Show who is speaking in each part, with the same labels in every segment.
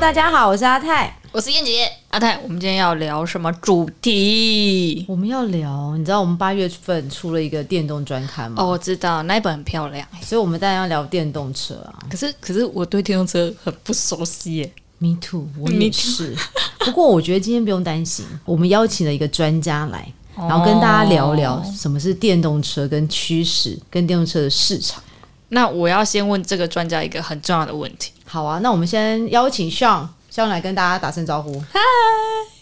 Speaker 1: 大家好，我是阿泰。
Speaker 2: 我是燕姐，阿泰，我们今天要聊什么主题？
Speaker 1: 我们要聊，你知道我们八月份出了一个电动专刊吗？
Speaker 2: 哦，我知道那一本很漂亮，
Speaker 1: 所以我们当然要聊电动车啊。
Speaker 2: 可是可是我对电动车很不熟悉耶。
Speaker 1: Me too，我
Speaker 2: Me
Speaker 1: 也
Speaker 2: too
Speaker 1: 是。不过我觉得今天不用担心，我们邀请了一个专家来，然后跟大家聊聊什么是电动车跟趋势，跟电动车的市场。
Speaker 2: 那我要先问这个专家一个很重要的问题。
Speaker 1: 好啊，那我们先邀请 Sean。向来跟大家打声招 呼，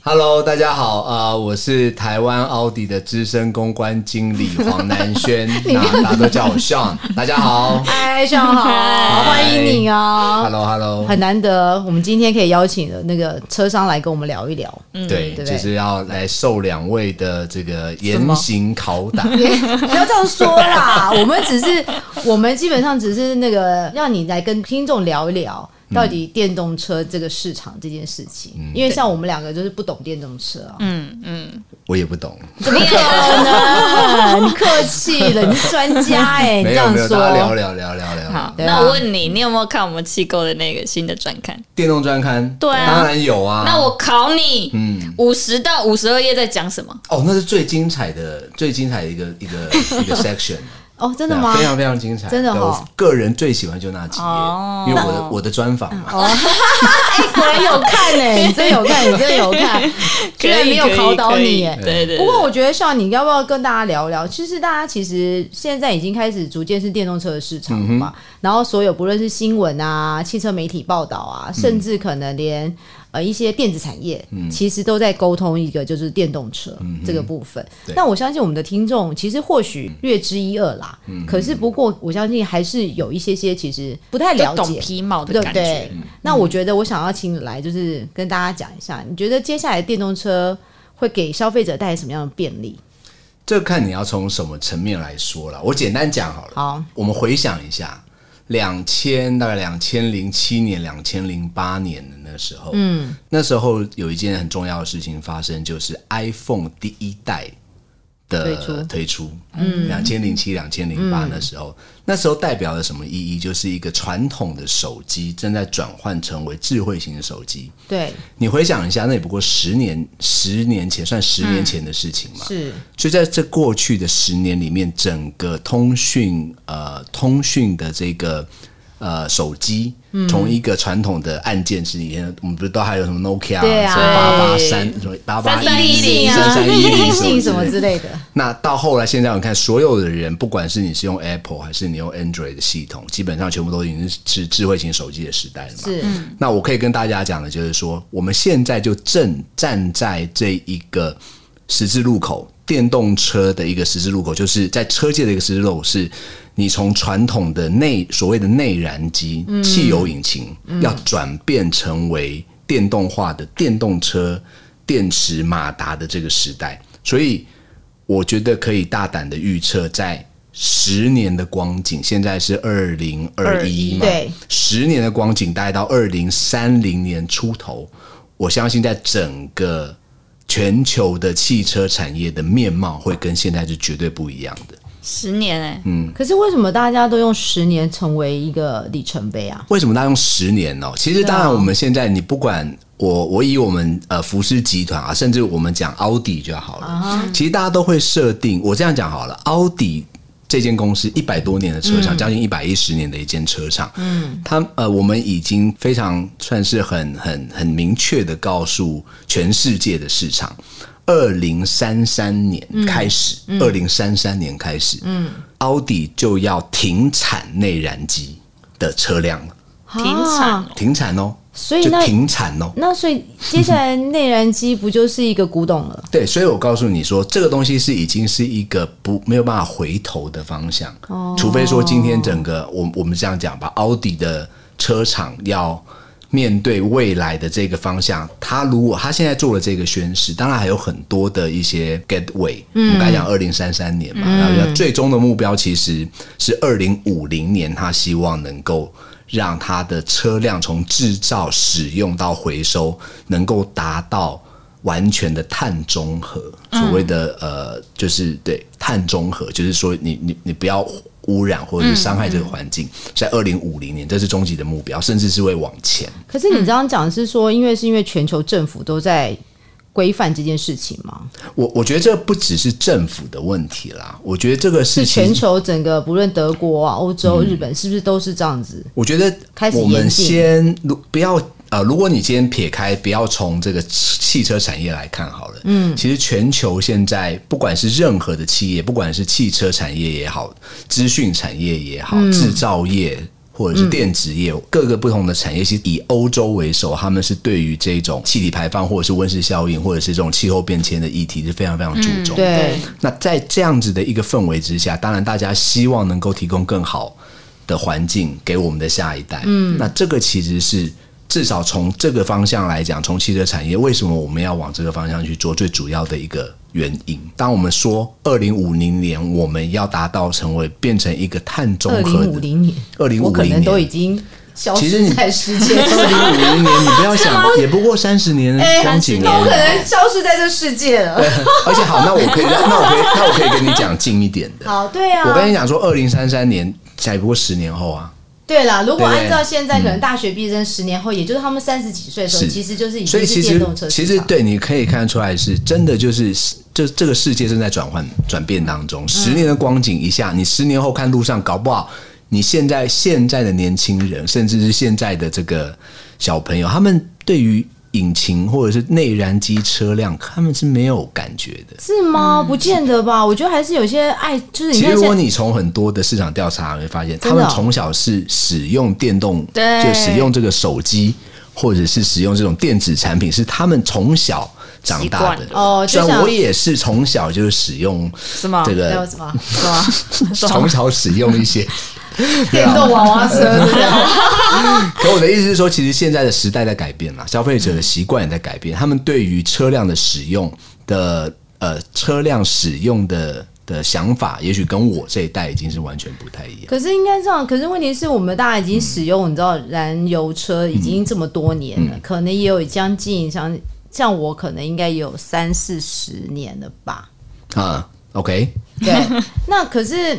Speaker 3: Hello，大家好啊、我是台湾奥迪的资深公关经理黄南轩， 那大家都叫我 Sean。大家好
Speaker 1: 嗨，向 好，欢迎你哦。
Speaker 3: ，Hello，Hello，、
Speaker 1: 很难得，我们今天可以邀请了那个车商来跟我们聊一聊。
Speaker 3: 对，
Speaker 1: 对不对
Speaker 3: 就是要来受两位的这个严刑拷打。
Speaker 1: 不要这样说 啦，我们只是，我们基本上只是那个让你来跟听众聊一聊。
Speaker 3: 嗯
Speaker 1: 到底电动车这个市场这件事情，因为像我们两个就是不懂电动车啊，
Speaker 3: 嗯我也不懂，
Speaker 1: 怎么可 能？你客气了，你是专家哎、你这
Speaker 3: 没有
Speaker 1: 样
Speaker 3: 没有，
Speaker 1: 说
Speaker 3: 大家聊聊聊聊聊
Speaker 2: 好，。
Speaker 1: 对啊
Speaker 2: 那我问你，你有没有看我们机构的那个新的专刊？
Speaker 3: 电动专刊，
Speaker 2: 对啊
Speaker 3: 当然有啊。
Speaker 2: 那我考你，
Speaker 3: 嗯
Speaker 2: 五十到五十二页在讲什么？
Speaker 3: 哦，那是最精彩的，最精彩的一个一 个一个 section。
Speaker 1: 哦，真的
Speaker 3: 对啊
Speaker 1: 吗？
Speaker 3: 非常非常精彩，
Speaker 1: 真的
Speaker 3: 对
Speaker 1: 哦
Speaker 3: 我个人最喜欢就那几页，
Speaker 2: 哦
Speaker 3: 因为我的我的专访
Speaker 1: 嗯
Speaker 3: 嘛，
Speaker 1: 果然有看哎、 你真有看，你真有看，居然没有
Speaker 2: 可以
Speaker 1: 考倒你哎、
Speaker 2: 可以对对。
Speaker 1: 不过我觉得像你要不要跟大家聊聊？其实大家其实现在已经开始逐渐是电动车的市场了
Speaker 2: 嗯
Speaker 1: 嘛，然后所有不论是新闻啊、汽车媒体报道
Speaker 2: 嗯
Speaker 1: 啊，甚至可能连。呃，一些电子产业、其实都在沟通一个就是电动车、
Speaker 2: 嗯
Speaker 1: 这个部分。
Speaker 3: 对
Speaker 1: 但我相信我们的听众其实或许略知一二啦，
Speaker 2: 嗯
Speaker 1: 可是不过我相信还是有一些些其实不太了
Speaker 2: 就懂
Speaker 1: 解，
Speaker 2: 皮毛的
Speaker 1: 对
Speaker 2: 感
Speaker 1: 不
Speaker 2: 觉。
Speaker 1: 对？
Speaker 3: 嗯
Speaker 1: 那我觉得我想要请你来，就是跟大家讲一下，你觉得接下来电动车会给消费者带来什么样的便利？
Speaker 3: 这看你要从什么层面来说了。我简单讲好了。
Speaker 1: 好，
Speaker 3: 我们回想一下，两千大概两千零七年、两千零八年的那时候，嗯，那时候有一件很重要的事情发生，就是 iPhone 第一代的
Speaker 1: 推出
Speaker 3: 推出，嗯，两千零七、两千零八那时候，那时候代表了什么意义？就是一个传统的手机正在转换成为智慧型的手机。
Speaker 1: 对，
Speaker 3: 你回想一下，那也不过十年、十年前，算十年前的事情嘛。
Speaker 1: 是
Speaker 3: 所以在这过去的十年里面，整个通讯呃通讯的这个呃手机，从一个传统的按键是以前我们不是都还有什么 Nokia、
Speaker 1: 对啊
Speaker 3: 什么八八三什么八
Speaker 2: 3310
Speaker 3: 八三三 一零
Speaker 1: 信啊 什么
Speaker 3: 之类的
Speaker 1: 之类的，
Speaker 3: 那到后来，现在我看所有的人，不管是你是用 Apple 还是你用 Android 的系统，基本上全部都已经是是智慧型手机的时代了嘛。
Speaker 1: 是
Speaker 3: 那我可以跟大家讲的就是说，我们现在就正站在这一个十字路口，电动车的一个十字路口，就是在车界的一个十字路口是。你从传统的内所谓的内燃机、汽油引擎，要转变成为电动化的电动车、电池、马达的这个时代，所以我觉得可以大胆的预测，在十年的光景，现在是二零二一嘛，
Speaker 1: 对，
Speaker 3: 十年的光景，大概到二零三零年出头，我相信在整个全球的汽车产业的面貌会跟现在是绝对不一样的。
Speaker 2: 十年哎、
Speaker 1: 可是为什么大家都用十年成为一个里程碑啊？
Speaker 3: 为什么他用十年呢、其实当然，我们现在你不管我，我以我们呃福斯集团啊，甚至我们讲奥迪就好了。其实大家都会设定，我这样讲好了，奥迪。这间公司一百多年的车厂，将近一百一十年的一间车厂，嗯，它呃，我们已经非常算是很很很明确的告诉全世界的市场，二零三三年开始，二零三三年开始，嗯，奥迪就要停产内燃机的车辆了。
Speaker 2: 停产
Speaker 1: 啊
Speaker 2: 哦
Speaker 3: 停产哦，
Speaker 1: 所以
Speaker 3: 就
Speaker 1: 那
Speaker 3: 停产哦。
Speaker 1: 那所以接下来内燃机不就是一个古董了？
Speaker 3: 对，所以我告诉你说，这个东西是已经是一个不没有办法回头的方向，除非说今天整个我我们这样讲吧，奥迪的车厂要面对未来的这个方向，他如果他现在做了这个宣誓，当然还有很多的一些 gateway，、我们刚才讲二零三三年嘛，然后最终的目标其实是二零五零年，他希望能够。让他的车辆从制造、使用到回收，能够达到完全的碳中和，
Speaker 1: 嗯
Speaker 3: 所谓的、呃，就是对碳中和，就是说你你你不要污染或者是伤害这个环
Speaker 1: 嗯
Speaker 3: 境，在二零五零年，这是终极的目标，甚至是会往前。
Speaker 1: 可是你刚刚讲的是说，因为是因为全球政府都在规范这件事情嘛，
Speaker 3: 我我觉得这不只是政府的问题啦，我觉得这个
Speaker 1: 是
Speaker 3: 事
Speaker 1: 全
Speaker 3: 情，
Speaker 1: 球整个不论德国啊、欧
Speaker 3: 嗯
Speaker 1: 洲、日本，是不是都是这样子？
Speaker 3: 我觉得
Speaker 1: 开始
Speaker 3: 我
Speaker 1: 严
Speaker 3: 们
Speaker 1: 禁
Speaker 3: 先如不要呃，如果你今天撇开不要从这个汽车产业来看好了，嗯，其实全球现在不管是任何的企业，不管是汽车产业也好，资讯产业也好，
Speaker 1: 嗯
Speaker 3: 制造业。或者是电子业、各个不同的产业，其实以欧洲为首，他们是对于这种气体排放，或者是温室效应，或者是这种气候变迁的议题是非常非常注重的。
Speaker 1: 嗯对，
Speaker 3: 那在这样子的一个氛围之下，当然大家希望能够提供更好的环境给我们的下一代。嗯，那这个其实是至少从这个方向来讲，从汽车产业，为什么我们要往这个方向去做，最主要的一个原因。当我们说二零五零年我们要达到成为变成一个碳中
Speaker 1: 二
Speaker 3: 和
Speaker 1: 零五
Speaker 3: 的。
Speaker 1: 零年，
Speaker 3: 2050
Speaker 1: 我可能都
Speaker 3: 年
Speaker 1: 已经消
Speaker 3: 其实你
Speaker 1: 失在世界
Speaker 3: 二
Speaker 1: 上，
Speaker 3: 零五零年，你不要想， 也不过三十年
Speaker 1: 哎，
Speaker 3: 将近
Speaker 1: 都
Speaker 3: 而
Speaker 1: 可
Speaker 3: 已
Speaker 1: 能消失在这世界了。
Speaker 3: 而且好，那我可以，那我可以，那我可以跟你讲近一点的。
Speaker 1: 好，对啊，
Speaker 3: 我跟你讲说，二零三三年才不过十年后啊，
Speaker 1: 对啦，如果
Speaker 3: 对不对嗯
Speaker 1: 按照现在可能大学毕业生十年后，也就是他们三十几岁的时候，
Speaker 3: 是
Speaker 1: 其实就是已
Speaker 3: 所以
Speaker 1: 经
Speaker 3: 其
Speaker 1: 是电
Speaker 3: 实
Speaker 1: 动车市
Speaker 3: 其
Speaker 1: 场
Speaker 3: 实对，你可以看出来是真的，就是就这个世界正在转换转变当中。
Speaker 1: 嗯
Speaker 3: 十年的光景一下，你十年后看路上，搞不好你现在现在的年轻人，甚至是现在的这个小朋友，他们对于引擎或者是内燃机车辆，他们是没有感觉的。
Speaker 1: 是吗？不见得吧，我觉得还是有些爱，就是你
Speaker 3: 嗯其实，
Speaker 1: 看
Speaker 3: 如
Speaker 1: 现
Speaker 3: 果
Speaker 1: 在。
Speaker 3: 你从很多的市场调查你会发现，
Speaker 1: 真
Speaker 3: 他
Speaker 1: 的哦
Speaker 3: 们从小是使用电动，
Speaker 2: 对
Speaker 3: 就使用这个手机，或者是使用这种电子产品，是他们从小长大
Speaker 2: 习惯
Speaker 3: 的。
Speaker 2: 的
Speaker 1: 哦，
Speaker 3: 虽
Speaker 1: 就
Speaker 3: 然
Speaker 1: 像啊
Speaker 3: 我也是从小就是使用
Speaker 2: 是吗？
Speaker 3: 这
Speaker 1: 还有
Speaker 3: 个，
Speaker 1: 什么
Speaker 2: 是 吗？是吗
Speaker 3: 从小使用一些。
Speaker 1: 电
Speaker 3: 啊
Speaker 1: 动娃娃车是这样，
Speaker 3: 可我的意思是说，其实现在的时代在改变啦，消费者的习惯也在改变，他们对于车辆的使用的呃车辆使用的的想法，也许跟我这一代已经是完全不太一样。
Speaker 1: 可是应该这样。可是问题是我们大家已经使用，你知道燃油车已经这么多年
Speaker 3: 嗯
Speaker 1: 了，可能也有将近像像我可能应该也有三四十年了吧。
Speaker 3: 啊、o k
Speaker 1: 对，那可是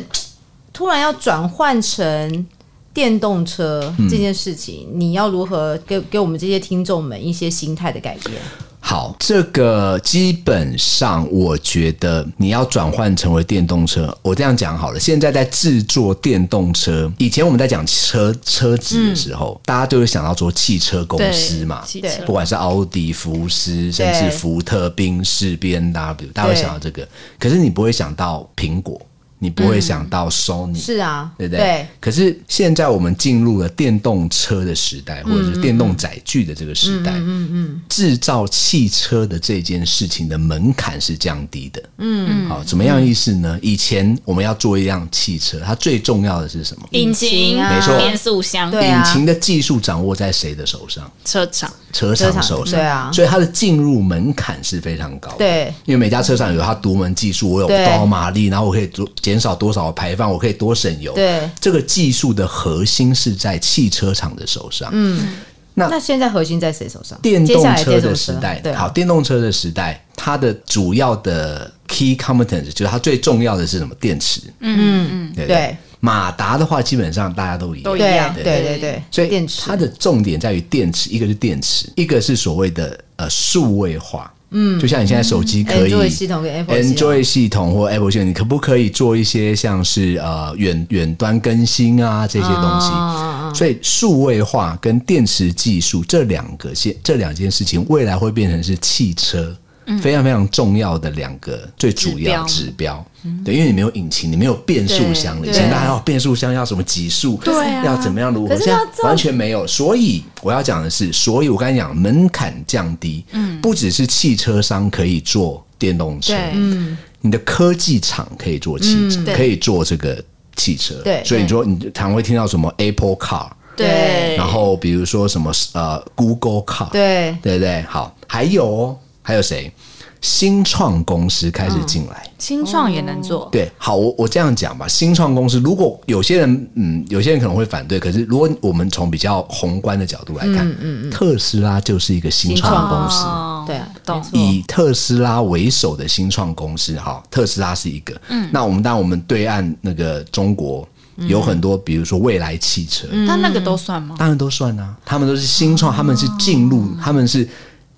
Speaker 1: 突然要转换成电动车
Speaker 3: 嗯
Speaker 1: 这件事情，你要如何给给我们这些听众们一些心态的改变？
Speaker 3: 好，这个基本上我觉得你要转换成为电动车，我这样讲好了。现在在制作电动车，以前我们在讲车车子的时候，大家就会想到说汽车公
Speaker 2: 对
Speaker 3: 司嘛，
Speaker 2: 汽
Speaker 1: 嗯对
Speaker 2: 车
Speaker 3: 不管是奥迪、福斯，甚
Speaker 1: 对
Speaker 3: 至福特、宾士、B N W，大家会
Speaker 1: 对
Speaker 3: 想到这个。可是你不会想到苹果，你不会想到
Speaker 1: 嗯
Speaker 3: Sony，、
Speaker 1: 是啊，
Speaker 3: 嗯对不对？可是现在我们进入了电动车的时代，
Speaker 1: 嗯
Speaker 3: 或者是电动载具的这个时代，嗯嗯制造汽车的这件事情的门槛是降低的。嗯，好，怎么样意思呢？以前我们要做一辆汽车，它最重要的是什么？
Speaker 2: 引
Speaker 1: 引擎
Speaker 2: 擎
Speaker 1: 啊没
Speaker 3: 错
Speaker 2: 变速箱，
Speaker 1: 对啊
Speaker 3: 引擎的技术掌握在谁的手上？
Speaker 2: 车厂
Speaker 3: 车
Speaker 1: 车
Speaker 3: 厂
Speaker 1: 厂
Speaker 3: 手上，
Speaker 1: 对啊
Speaker 3: 所以它的进入门槛是非常高的。
Speaker 1: 对，啊
Speaker 3: 因为每家车厂有它独门技术，我有
Speaker 1: 对
Speaker 3: 多少马力，然后我可以多减少多少排放，我可以多省油。
Speaker 1: 对，
Speaker 3: 这个技术的核心是在汽车厂的手上。嗯，那
Speaker 1: 那现在核心在谁手上？
Speaker 3: 电
Speaker 1: 接
Speaker 3: 动
Speaker 1: 下来
Speaker 3: 车
Speaker 1: 电动
Speaker 3: 的
Speaker 1: 车
Speaker 3: 时代，
Speaker 1: 对，啊
Speaker 3: 好，电动车的时代，它的主要的 key competence 就是它最重要的是什么？电池。嗯嗯，对不
Speaker 1: 对
Speaker 3: 对。马达的话，基本上大家都一样
Speaker 2: 都。一
Speaker 1: 对
Speaker 2: 样
Speaker 1: 对
Speaker 3: 对
Speaker 1: 对对，
Speaker 3: 所以
Speaker 1: 电池
Speaker 3: 它的重点在于电池，一个是电池，一个是所谓的呃数位化。嗯，就像你现在手机可以
Speaker 1: Android 系统跟 Apple 系统
Speaker 3: Android 系统或 Apple 系统，你可不可以做一些像是呃远远端更新啊这些东西？
Speaker 1: 啊
Speaker 3: 所以数位化跟电池技术这两个件这两件事情，未来会变成是汽车。非常非常重要的两个最主要
Speaker 2: 指
Speaker 3: 指标，对，因为你没有引擎，你没有变速箱了。
Speaker 1: 对
Speaker 3: 以前
Speaker 1: 对
Speaker 3: 大家要变速箱要什么级数，
Speaker 2: 对啊
Speaker 3: 要怎么样如何，
Speaker 1: 可是
Speaker 3: 现
Speaker 1: 要
Speaker 3: 在完全没有。所以我要讲的是，所以我刚才讲门槛降低，不只是汽车商可以做电动车，
Speaker 2: 对嗯
Speaker 3: 你的科技厂可以做汽车，
Speaker 2: 对
Speaker 3: 可以做这个汽车。
Speaker 1: 对
Speaker 3: 所以你说你常会听到什么 Apple Car，
Speaker 1: 对
Speaker 2: 对，
Speaker 3: 然后比如说什么呃 Google Car，
Speaker 1: 对
Speaker 3: 对不对？好，还有哦，还有谁？新创公司开始进来。
Speaker 1: 嗯
Speaker 2: 新创也能做，
Speaker 3: 对，好，我我这样讲吧，新创公司，如果有些人，嗯，有些人可能会反对，可是如果我们从比较宏观的角度来看，特斯拉就是一个新
Speaker 1: 嗯新创
Speaker 3: 创公司，
Speaker 2: 哦
Speaker 1: 对啊，
Speaker 2: 懂
Speaker 1: 没错
Speaker 3: 以特斯拉为首的新创公司，哈，特斯拉是一个。嗯，那我们当然我们对岸那个中国
Speaker 1: 嗯
Speaker 3: 有很多，比如说未来汽车，
Speaker 2: 但那个都算吗？
Speaker 3: 当然都算啊，他们都是新创，他们是进入，他们是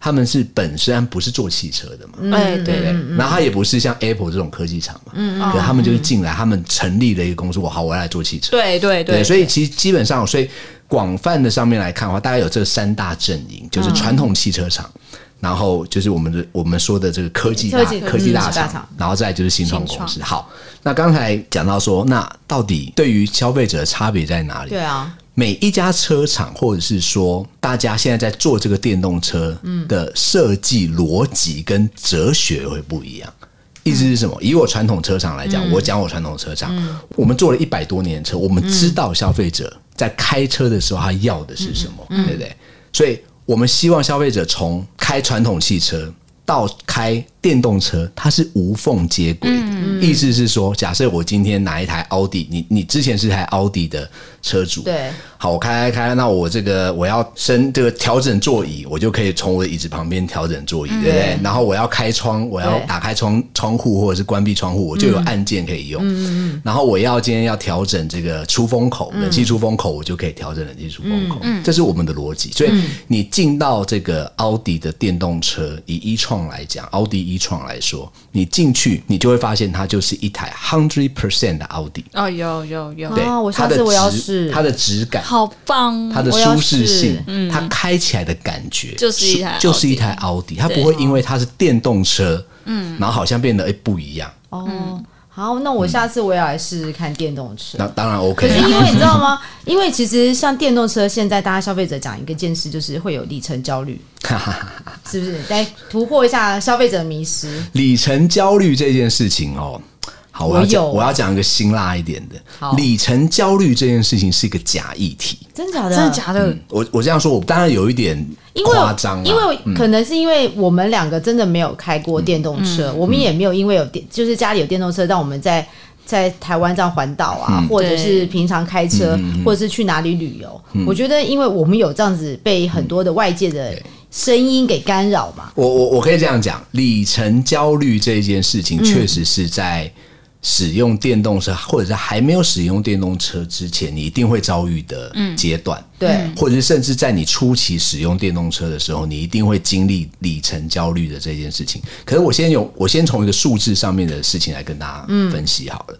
Speaker 3: 他们是本身不是做汽车的嘛。
Speaker 2: 哎，对
Speaker 3: 对不对？然后他也不是像 Apple 这种科技厂嘛，可他们就是进来，他们成立了一个公司，我好，我要来做汽车。
Speaker 2: 对对
Speaker 3: 对，所以其实基本上，所以广泛的上面来看的话，大概有这三大阵营，就是传统汽车厂，然后就是我们的我们说的这个科技大
Speaker 1: 科技
Speaker 3: 科技大
Speaker 1: 科技大
Speaker 3: 厂
Speaker 1: 厂，
Speaker 3: 然后再来就是新创公司。好，那刚才讲到说，那到底对于消费者的差别在哪里？
Speaker 1: 对啊，
Speaker 3: 每一家车厂，或者是说大家现在在做这个电动车的设计逻辑跟哲学会不一样。意思是什么？以我传统车厂来讲，我讲我传统车厂，我们做了一百多年的车，我们知道消费者在开车的时候他要的是什么，对不对？所以我们希望消费者从开传统汽车到开电动车，它是无缝接轨的。意思是说，假设我今天拿一台奥迪，你你之前是台奥迪的车主，
Speaker 1: 对
Speaker 3: 好，我开开开，那我这个我要升这个调整座椅，我就可以从我的椅子旁边调整座椅，对不对？然后我要开窗，我要
Speaker 1: 嗯对嗯
Speaker 3: 打开窗窗户或者是关闭窗户，我就有按键可以用。然后我要今天要调整这
Speaker 1: 嗯
Speaker 3: 个出风口，冷气出风口，我就可以调整冷气出风口。
Speaker 1: 嗯
Speaker 3: 这是我们的逻辑。所以你进到这个奥迪的电动车，以一创来讲，奥迪一创来说，你进去你就会发现它就是一台 hundred percent 的奥迪。
Speaker 2: 哦，有有有，
Speaker 3: 对，
Speaker 1: 啊我
Speaker 3: 它
Speaker 1: 下
Speaker 3: 的
Speaker 1: 次我要
Speaker 3: 质
Speaker 1: 试
Speaker 3: 它的质感，
Speaker 2: 好棒
Speaker 3: 它
Speaker 2: 哦！
Speaker 3: 的
Speaker 1: 嗯我要
Speaker 3: 舒适性
Speaker 1: 试，嗯
Speaker 3: 它开起来的感觉，
Speaker 2: 就是一台
Speaker 3: 就是一
Speaker 2: 奥迪
Speaker 3: 台奥迪，它不会因为它是电动车，嗯，然后好像变得哎不一样。
Speaker 1: 哦，好，那我下次我也来试试看电动车。
Speaker 3: 那当然
Speaker 1: 可
Speaker 3: OK，
Speaker 1: 是
Speaker 3: 啊
Speaker 1: 因为你知道吗？因为其实像电动车，现在大家消费者讲一个件事，就是会有里程焦虑，是不是？来突破一下消费者的迷失。
Speaker 3: 里程焦虑这件事情哦，好，我
Speaker 1: 我
Speaker 3: 要讲
Speaker 1: 有
Speaker 3: 我要讲一个辛辣一点的
Speaker 1: 好，
Speaker 3: 里程焦虑这件事情是一个假议题。
Speaker 1: 真假的？
Speaker 2: 真的假的？
Speaker 3: 我我这样说，我当然有一点
Speaker 1: 因为
Speaker 3: 夸张啊，
Speaker 1: 因为可能是因为我们两个真的没有开过电动车，
Speaker 3: 嗯
Speaker 1: 我们也没有因为有电，就是家里有电动车，让我们在在台湾这样环岛啊，
Speaker 3: 嗯
Speaker 1: 或者是平常开车，或者是去哪里旅游。
Speaker 3: 嗯
Speaker 1: 我觉得，因为我们有这样子被很多的外界的声音给干扰嘛，
Speaker 3: 我我我可以这样讲，里程焦虑这件事情确实是在使用电动车，或者是还没有使用电动车之前，你一定会遭遇的阶段。
Speaker 1: 对，
Speaker 3: 或者是甚至在你初期使用电动车的时候，你一定会经历里程焦虑的这件事情。可是我先有，我先从一个数字上面的事情来跟大家分析好了。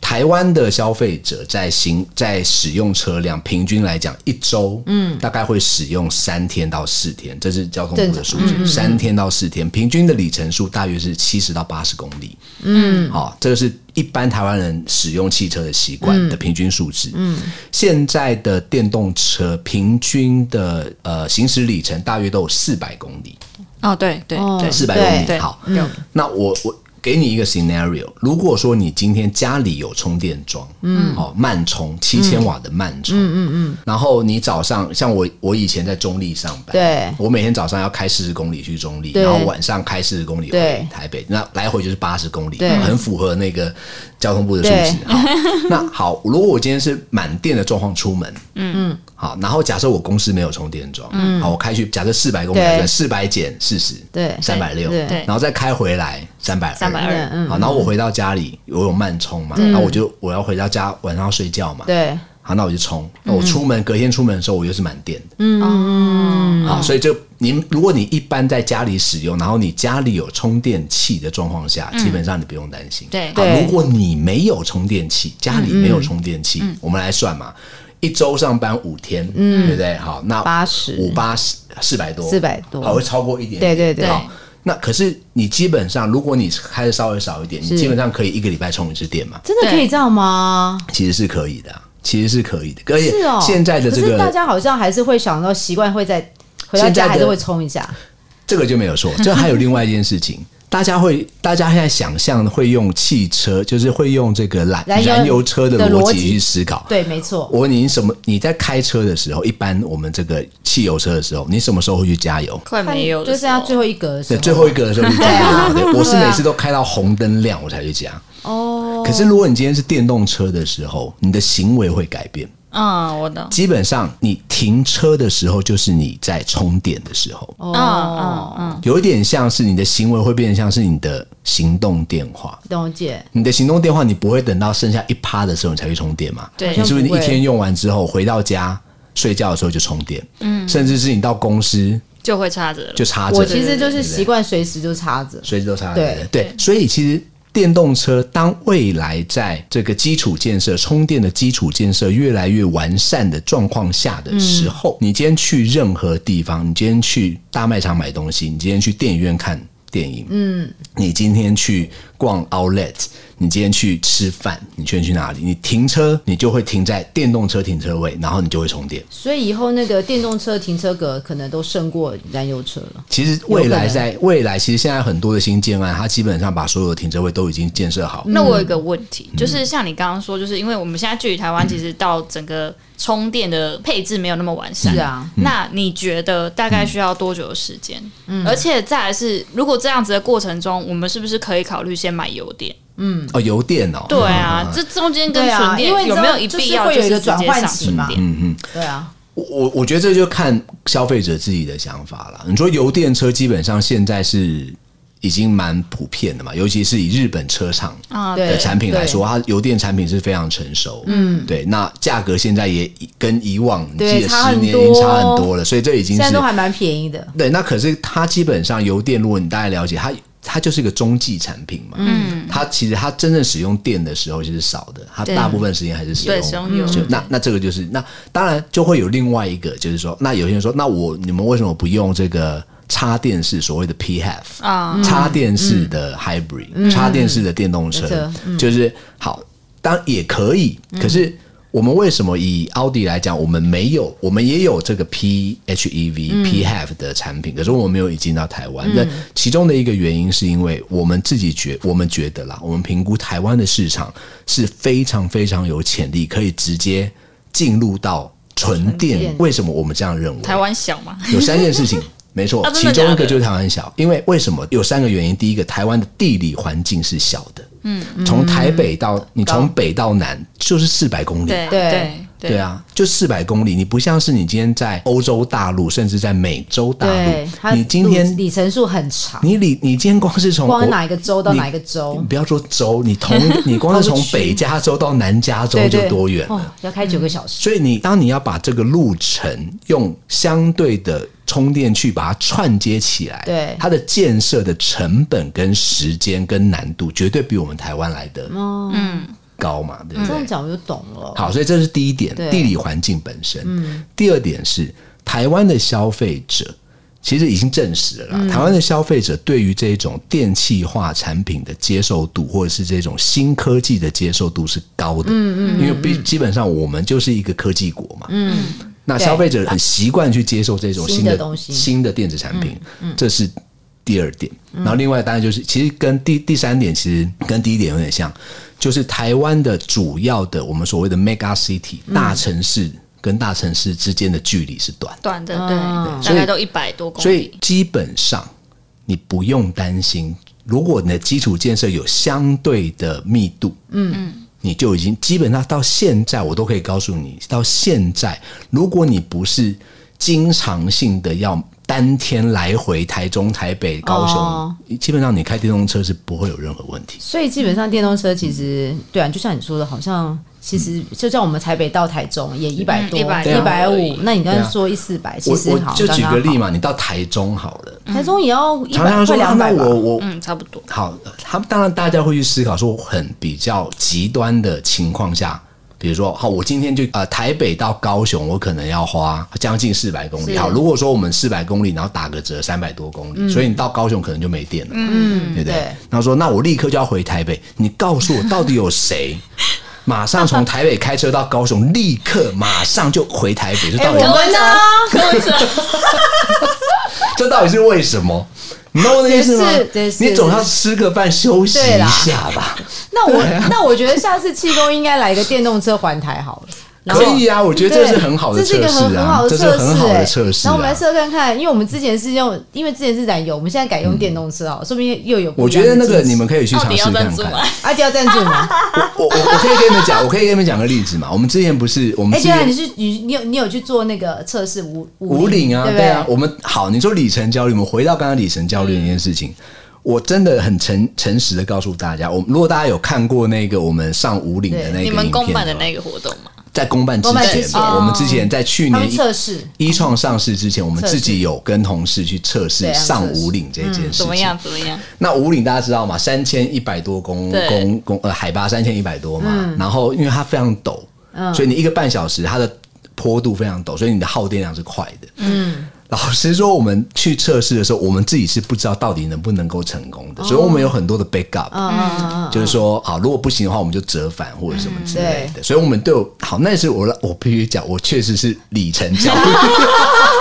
Speaker 3: 台湾的消费者在行在使用车辆，平均来讲，一周嗯大概会使用三天到四天，这是交通部的数据，三天到四天，平均的里程数大约是七十到八十公里。嗯，好、这个是一般台湾人使用汽车的习惯的平均数值。嗯，现在的电动车平均的呃行驶里程大约都有四百公里，
Speaker 2: 哦，对对
Speaker 1: 哦
Speaker 2: 对，
Speaker 3: 四百
Speaker 1: 对
Speaker 3: 公
Speaker 2: 对嗯
Speaker 3: 里。好，
Speaker 2: 有
Speaker 3: 那我我给你一个 scenario，如果说你今天家里有充电桩，嗯，哦，慢充七千瓦的慢充，嗯嗯嗯，然后你早上像我我以前在中立上班，
Speaker 1: 对
Speaker 3: 我每天早上要开四十公里去中立，
Speaker 1: 对
Speaker 3: 然后晚上开四十公里回
Speaker 1: 对
Speaker 3: 台北，那来回就是八十公里，
Speaker 1: 对
Speaker 3: 很符合那个交通部的数值。 好，那好，如果我今天是满电的状况出门，嗯嗯。好，然后假设我公司没有充电桩，嗯，好，我开去假设四百公
Speaker 1: 对
Speaker 3: 里，四百减四十，
Speaker 1: 对
Speaker 3: 三百六，
Speaker 1: 对
Speaker 2: 对
Speaker 3: 然后再开回来三百
Speaker 2: 320
Speaker 1: 嗯
Speaker 3: 好，然后我回到家里，我有慢充嘛，然后我就我要回到家晚上要睡觉嘛，
Speaker 1: 对，
Speaker 3: 好，那我就充，那我出门隔天出门的时候，我又是满电的，
Speaker 2: 哦嗯，
Speaker 3: 好，所以就您如果你一般在家里使用，然后你家里有充电器的状况下，基本上你不用担心。
Speaker 2: 对
Speaker 3: 好，
Speaker 1: 对
Speaker 3: 如果你没有充电器，家里没有充电器，我们来算嘛，一周上班五天，对不对？好，那
Speaker 1: 80
Speaker 3: 五八四四百多，
Speaker 1: 400多
Speaker 3: 好，会超过一点
Speaker 1: 对
Speaker 3: 点，
Speaker 1: 对对
Speaker 3: 好。那可是你基本上，如果你开的稍微少一点，你
Speaker 1: 是
Speaker 3: 基本上可以一个礼拜充一次电嘛，
Speaker 1: 真的可以这样吗？
Speaker 3: 其实是可以的啊，其实是可以的。而且
Speaker 1: 是哦，
Speaker 3: 现在的这
Speaker 1: 可是大
Speaker 3: 个
Speaker 1: 家好像还是会想到习惯会在回到
Speaker 3: 现在
Speaker 1: 家
Speaker 3: 的
Speaker 1: 还是会冲一下，
Speaker 3: 这个就没有错，这还有另外一件 事情，大家会大家现在想象会用汽车，就是会用这个燃
Speaker 1: 燃油
Speaker 3: 燃油车的
Speaker 1: 的
Speaker 3: 逻
Speaker 1: 逻
Speaker 3: 辑
Speaker 1: 辑
Speaker 3: 去思考。
Speaker 1: 对，没错，
Speaker 3: 我问你，你什么？你在开车的时候，一般我们这个汽油车的时候，你什么时候会去加油？
Speaker 2: 快没有
Speaker 1: 就
Speaker 2: 的
Speaker 1: 剩
Speaker 2: 时候，
Speaker 1: 下最后一格的时
Speaker 3: 对，
Speaker 1: 候，
Speaker 3: 最后一个的时候去
Speaker 1: 对
Speaker 3: 加
Speaker 1: 啊
Speaker 3: 油。对，我是
Speaker 1: 对啊
Speaker 3: 每次都开到红灯亮我才去加。
Speaker 1: 哦，
Speaker 3: 可是如果你今天是电动车的时候，你的行为会改变。
Speaker 2: 嗯，我的，
Speaker 3: 基本上你停车的时候就是你在充电的时候，
Speaker 2: 嗯
Speaker 1: 哦
Speaker 2: 嗯嗯，
Speaker 3: 有一点像是你的行为会变成像是你的行动电话。
Speaker 1: 了解。
Speaker 3: 你的行动电话，你不会等到剩下一趴的时候你才去充电嘛？
Speaker 2: 对
Speaker 3: 你是
Speaker 1: 好
Speaker 3: 不是
Speaker 1: 像不
Speaker 3: 一
Speaker 1: 会
Speaker 3: 天用完之后回到家睡觉的时候就充电？嗯，甚至是你到公司
Speaker 2: 就会插着了。
Speaker 3: 就插着，
Speaker 1: 我其实就是习惯随时就插着。
Speaker 3: 随时都插着。
Speaker 1: 对
Speaker 3: 对对，所以其实电动车当未来在这个基础建设、充电的基础建设越来越完善的状况下的时候，你今天去任何地方，你今天去大卖场买东西，你今天去电影院看电影，嗯，你今天去逛 Outlet。你今天去吃饭，你今天去哪里？你停车，你就会停在电动车停车位，然后你就会充电。
Speaker 1: 所以以后那个电动车停车格可能都胜过燃油车了。
Speaker 3: 其实未来在未来，其实现在很多的新建案，它基本上把所有的停车位都已经建设好，
Speaker 2: 那我有
Speaker 1: 嗯
Speaker 2: 一个问题，就是像你刚刚说，就是因为我们现在距离台湾其实到整个充电的配置没有那么完善，
Speaker 1: 是啊，嗯
Speaker 2: 那你觉得大概需要多久的时间？而且再来是，如果这样子的过程中，我们是不是可以考虑先买油电？
Speaker 3: 哦，油电哦，
Speaker 2: 对啊，这中间跟
Speaker 1: 对啊
Speaker 2: 纯电
Speaker 1: 因为你知
Speaker 2: 有
Speaker 1: 道
Speaker 2: 没有一
Speaker 1: 就是
Speaker 2: 必要
Speaker 1: 会有一个
Speaker 2: 直
Speaker 1: 转
Speaker 2: 接
Speaker 1: 换
Speaker 2: 上
Speaker 1: 期
Speaker 2: 纯
Speaker 3: 嗯
Speaker 1: 嘛
Speaker 2: 电？
Speaker 1: 对啊，
Speaker 3: 我我我觉得这就看消费者自己的想法了。你说油电车基本上现在是已经蛮普遍的嘛，尤其是以日本车厂
Speaker 2: 啊，
Speaker 1: 对
Speaker 3: 的产品来
Speaker 1: 对
Speaker 3: 说，它油电产品是非常成熟，嗯，对。那价格现在也跟以往你
Speaker 1: 对
Speaker 3: 记得
Speaker 1: 差
Speaker 3: 十
Speaker 1: 很
Speaker 3: 年已经差
Speaker 1: 多
Speaker 3: 很多了，所以这已经
Speaker 1: 现在
Speaker 3: 是
Speaker 1: 都还蛮便宜的。
Speaker 3: 对，那可是它基本上油电，如果你大概了解，它它就是一个中继产品嘛。嗯，它其实它真正使用电的时候其实少的，它
Speaker 2: 对
Speaker 3: 大部分时间还是使
Speaker 2: 对使用油
Speaker 3: 就那那这个就是那当然就会有另外一个，就是说，那有些人说，那我你们为什么不用这个插电式所谓的 PHEV
Speaker 2: 啊
Speaker 3: 插电式的 hybrid，、插电式的电动车，
Speaker 1: 车
Speaker 3: 就是好，当然也可以，可是。我们为什么以奥迪来讲，我们没有，我们也有这个 E PHEV、PHEV 的产品，可是我们没有引进到台湾。那、其中的一个原因是因为我们自己觉，我们觉得啦，我们评估台湾的市场是非常非常有潜力，可以直接进入到纯电。
Speaker 1: 电
Speaker 3: 为什么我们这样认为？
Speaker 2: 台湾小
Speaker 1: 嗯
Speaker 2: 嘛，
Speaker 3: 有三件 事情，没错
Speaker 2: 啊，真
Speaker 3: 其
Speaker 2: 的
Speaker 3: 中一
Speaker 2: 假
Speaker 3: 个
Speaker 2: 的
Speaker 3: 就是台湾小，因为为什么有三个原因？第一个，台湾的地理环境是小的，嗯，从台北到你从北到南就是四百公 里。
Speaker 2: 对
Speaker 1: 对
Speaker 2: 对
Speaker 3: 对，啊，就四百公里，你不像是你今天在欧洲大陆，甚至在美洲大
Speaker 1: 对，它
Speaker 3: 陆，你今
Speaker 1: 路
Speaker 3: 天
Speaker 1: 里程数很长，
Speaker 3: 你里你今天光是从
Speaker 1: 光
Speaker 3: 我
Speaker 1: 哪一个州到
Speaker 3: 你
Speaker 1: 哪一个州
Speaker 3: 你，不要说州，你同 你光是
Speaker 1: 同
Speaker 3: 从
Speaker 1: 区
Speaker 3: 北加州到南加州
Speaker 1: 对
Speaker 3: 就
Speaker 1: 对，
Speaker 3: 多远了？
Speaker 1: 哦，要开九个小时。
Speaker 3: 所以你当你要把这个路程用相对的充电去把它串接起来，
Speaker 1: 对
Speaker 3: 它的建设的成本跟时间跟难度，绝对比我们台湾来的嗯高嘛，
Speaker 2: 嗯
Speaker 3: 对不
Speaker 1: 这
Speaker 3: 对？
Speaker 1: 样讲我就懂了。
Speaker 3: 好，所以这是第一点，
Speaker 1: 对
Speaker 3: 地理环境本身。第二点是台湾的消费者。其实已经证实了啦，台湾的消费者对于这种电气化产品的接受度，或者是这种新科技的接受度是高的，嗯嗯，因为毕基本上我们就是一个科技国嘛，嗯，那
Speaker 1: 对
Speaker 3: 消费者很习惯去接受这种新
Speaker 1: 新
Speaker 3: 的
Speaker 1: 的东西
Speaker 3: 新的电子产品，这是第二点。然后另外当然就是，其实跟第第三点其实跟第一点有点像，就是台湾的主要的我们所谓的 mega city 大城市跟大城市之间的距离是短的，
Speaker 2: 短的
Speaker 1: 嗯
Speaker 2: 对，大
Speaker 3: 所以
Speaker 2: 概都一百多公
Speaker 3: 所
Speaker 2: 里
Speaker 3: 以。基本上你不用担心，如果你的基础建设有相对的密度，嗯嗯。你就已经基本上到现在，我都可以告诉你，到现在，如果你不是经常性的要当天来回台中、台北、高雄，
Speaker 1: 哦
Speaker 3: 基本上你开电动车是不会有任何问题。
Speaker 1: 所以基本上电动车其实对啊，就像你说的，好像其实就像我们台北到台中也一百多、嗯一
Speaker 2: 100
Speaker 1: 百
Speaker 2: 而
Speaker 1: 五
Speaker 2: 已，
Speaker 1: 那你刚
Speaker 3: 对
Speaker 1: 才
Speaker 3: 啊
Speaker 1: 说一四百，其
Speaker 3: 我
Speaker 1: 实
Speaker 3: 我
Speaker 1: 好
Speaker 3: 就举个例
Speaker 1: 嘛，
Speaker 3: 嘛，你到台中好了，
Speaker 1: 台中也要一
Speaker 3: 常常
Speaker 1: 百
Speaker 3: 说
Speaker 1: 快
Speaker 3: 啊
Speaker 1: 两
Speaker 3: 那
Speaker 1: 百吧。
Speaker 3: 我我
Speaker 2: 嗯，差不多。
Speaker 3: 好，他当然大家会去思考说，很比较极端的情况下，比如说，好，我今天就呃台北到高雄，我可能要花将近四百公里。
Speaker 2: 是
Speaker 3: 好，如果说我们四百公里，然后打个折，三百多公里，所以你到高雄可能就没电了嘛，嗯，对不
Speaker 1: 嗯
Speaker 3: 对？
Speaker 1: 对
Speaker 3: 然后说，那我立刻就要回台北，你告诉我到底有谁？马上从台北开车到高雄，立刻马上就回台北，这
Speaker 1: 哎、
Speaker 3: 到底、
Speaker 1: 我们呢？
Speaker 3: 这到底是为什么？你懂我的意思吗
Speaker 1: 也是也？是
Speaker 3: 你总要吃个饭休息
Speaker 1: 对
Speaker 3: 一
Speaker 1: 啦
Speaker 3: 下吧。
Speaker 1: 那我、那我觉得下次气功应该来个电动车环台好了。然
Speaker 3: 可
Speaker 1: 后
Speaker 3: 以啊，我觉得这是很好的
Speaker 1: 对这是一
Speaker 3: 测
Speaker 1: 个
Speaker 3: 试
Speaker 1: 很很
Speaker 3: 啊
Speaker 1: 好，的
Speaker 3: 这是
Speaker 1: 测
Speaker 3: 很
Speaker 1: 试
Speaker 3: 好
Speaker 1: 哎、
Speaker 3: 的测试
Speaker 1: 然后我们
Speaker 3: 啊
Speaker 1: 来。测看看，因为我们之前是用，因为之前是燃油，我们现在改用电动车哦，说不定又有不
Speaker 3: 嗯我
Speaker 1: 一样
Speaker 3: 觉
Speaker 1: 的
Speaker 3: 得那
Speaker 1: 惊
Speaker 3: 个
Speaker 1: 喜
Speaker 3: 你们可以去
Speaker 2: 到
Speaker 3: 尝
Speaker 2: 底
Speaker 3: 试
Speaker 2: 要赞
Speaker 3: 看
Speaker 2: 助吗
Speaker 3: 看。？
Speaker 1: 啊，就要赞助吗？
Speaker 3: 我我我可以跟你们讲，我可以跟你们讲个例子嘛。我们之前不是我
Speaker 1: 哎、
Speaker 3: 们之
Speaker 1: 对啊，你
Speaker 3: 前
Speaker 1: 是你你有你有去做那个测试五
Speaker 3: 五岭啊，
Speaker 1: 对不
Speaker 3: 对啊，我们好，你说里程焦虑，我们回到刚刚里程焦虑那件事情。
Speaker 1: 嗯
Speaker 3: 我真的很诚诚实的告诉大家，我们如果大家有看过那个我们上五岭的那个
Speaker 2: 你们
Speaker 3: 影
Speaker 2: 公
Speaker 3: 片
Speaker 2: 办的
Speaker 3: 话
Speaker 2: 那个活动吗？
Speaker 3: 在公办之
Speaker 1: 公办
Speaker 3: 前
Speaker 1: 之前
Speaker 3: 嘛，我们之前在去
Speaker 1: 他们
Speaker 3: 年一
Speaker 1: 测试
Speaker 3: 一创上市之前，我们
Speaker 1: 测试
Speaker 3: 自己有跟同事去测试
Speaker 1: 对啊
Speaker 3: 上
Speaker 1: 测试
Speaker 3: 五岭这件事情。
Speaker 2: 怎么样？怎么样？
Speaker 3: 那五岭大家知道嘛，三千一百多公
Speaker 2: 对
Speaker 3: 公公呃海拔三千一百多嘛，然后因为它非常陡，
Speaker 1: 嗯
Speaker 3: 所以你一个半小时它的坡度非常陡，所以你的耗电量是快的。嗯，老实说，我们去测试的时候，我们自己是不知道到底能不能够成功的，所以我们有很多的 backup。
Speaker 1: 嗯嗯嗯嗯，
Speaker 3: 就是说，好，如果不行的话，我们就折返或者什么之类的。所以，我们对我好，那是我我必须讲，我确实是里程焦虑，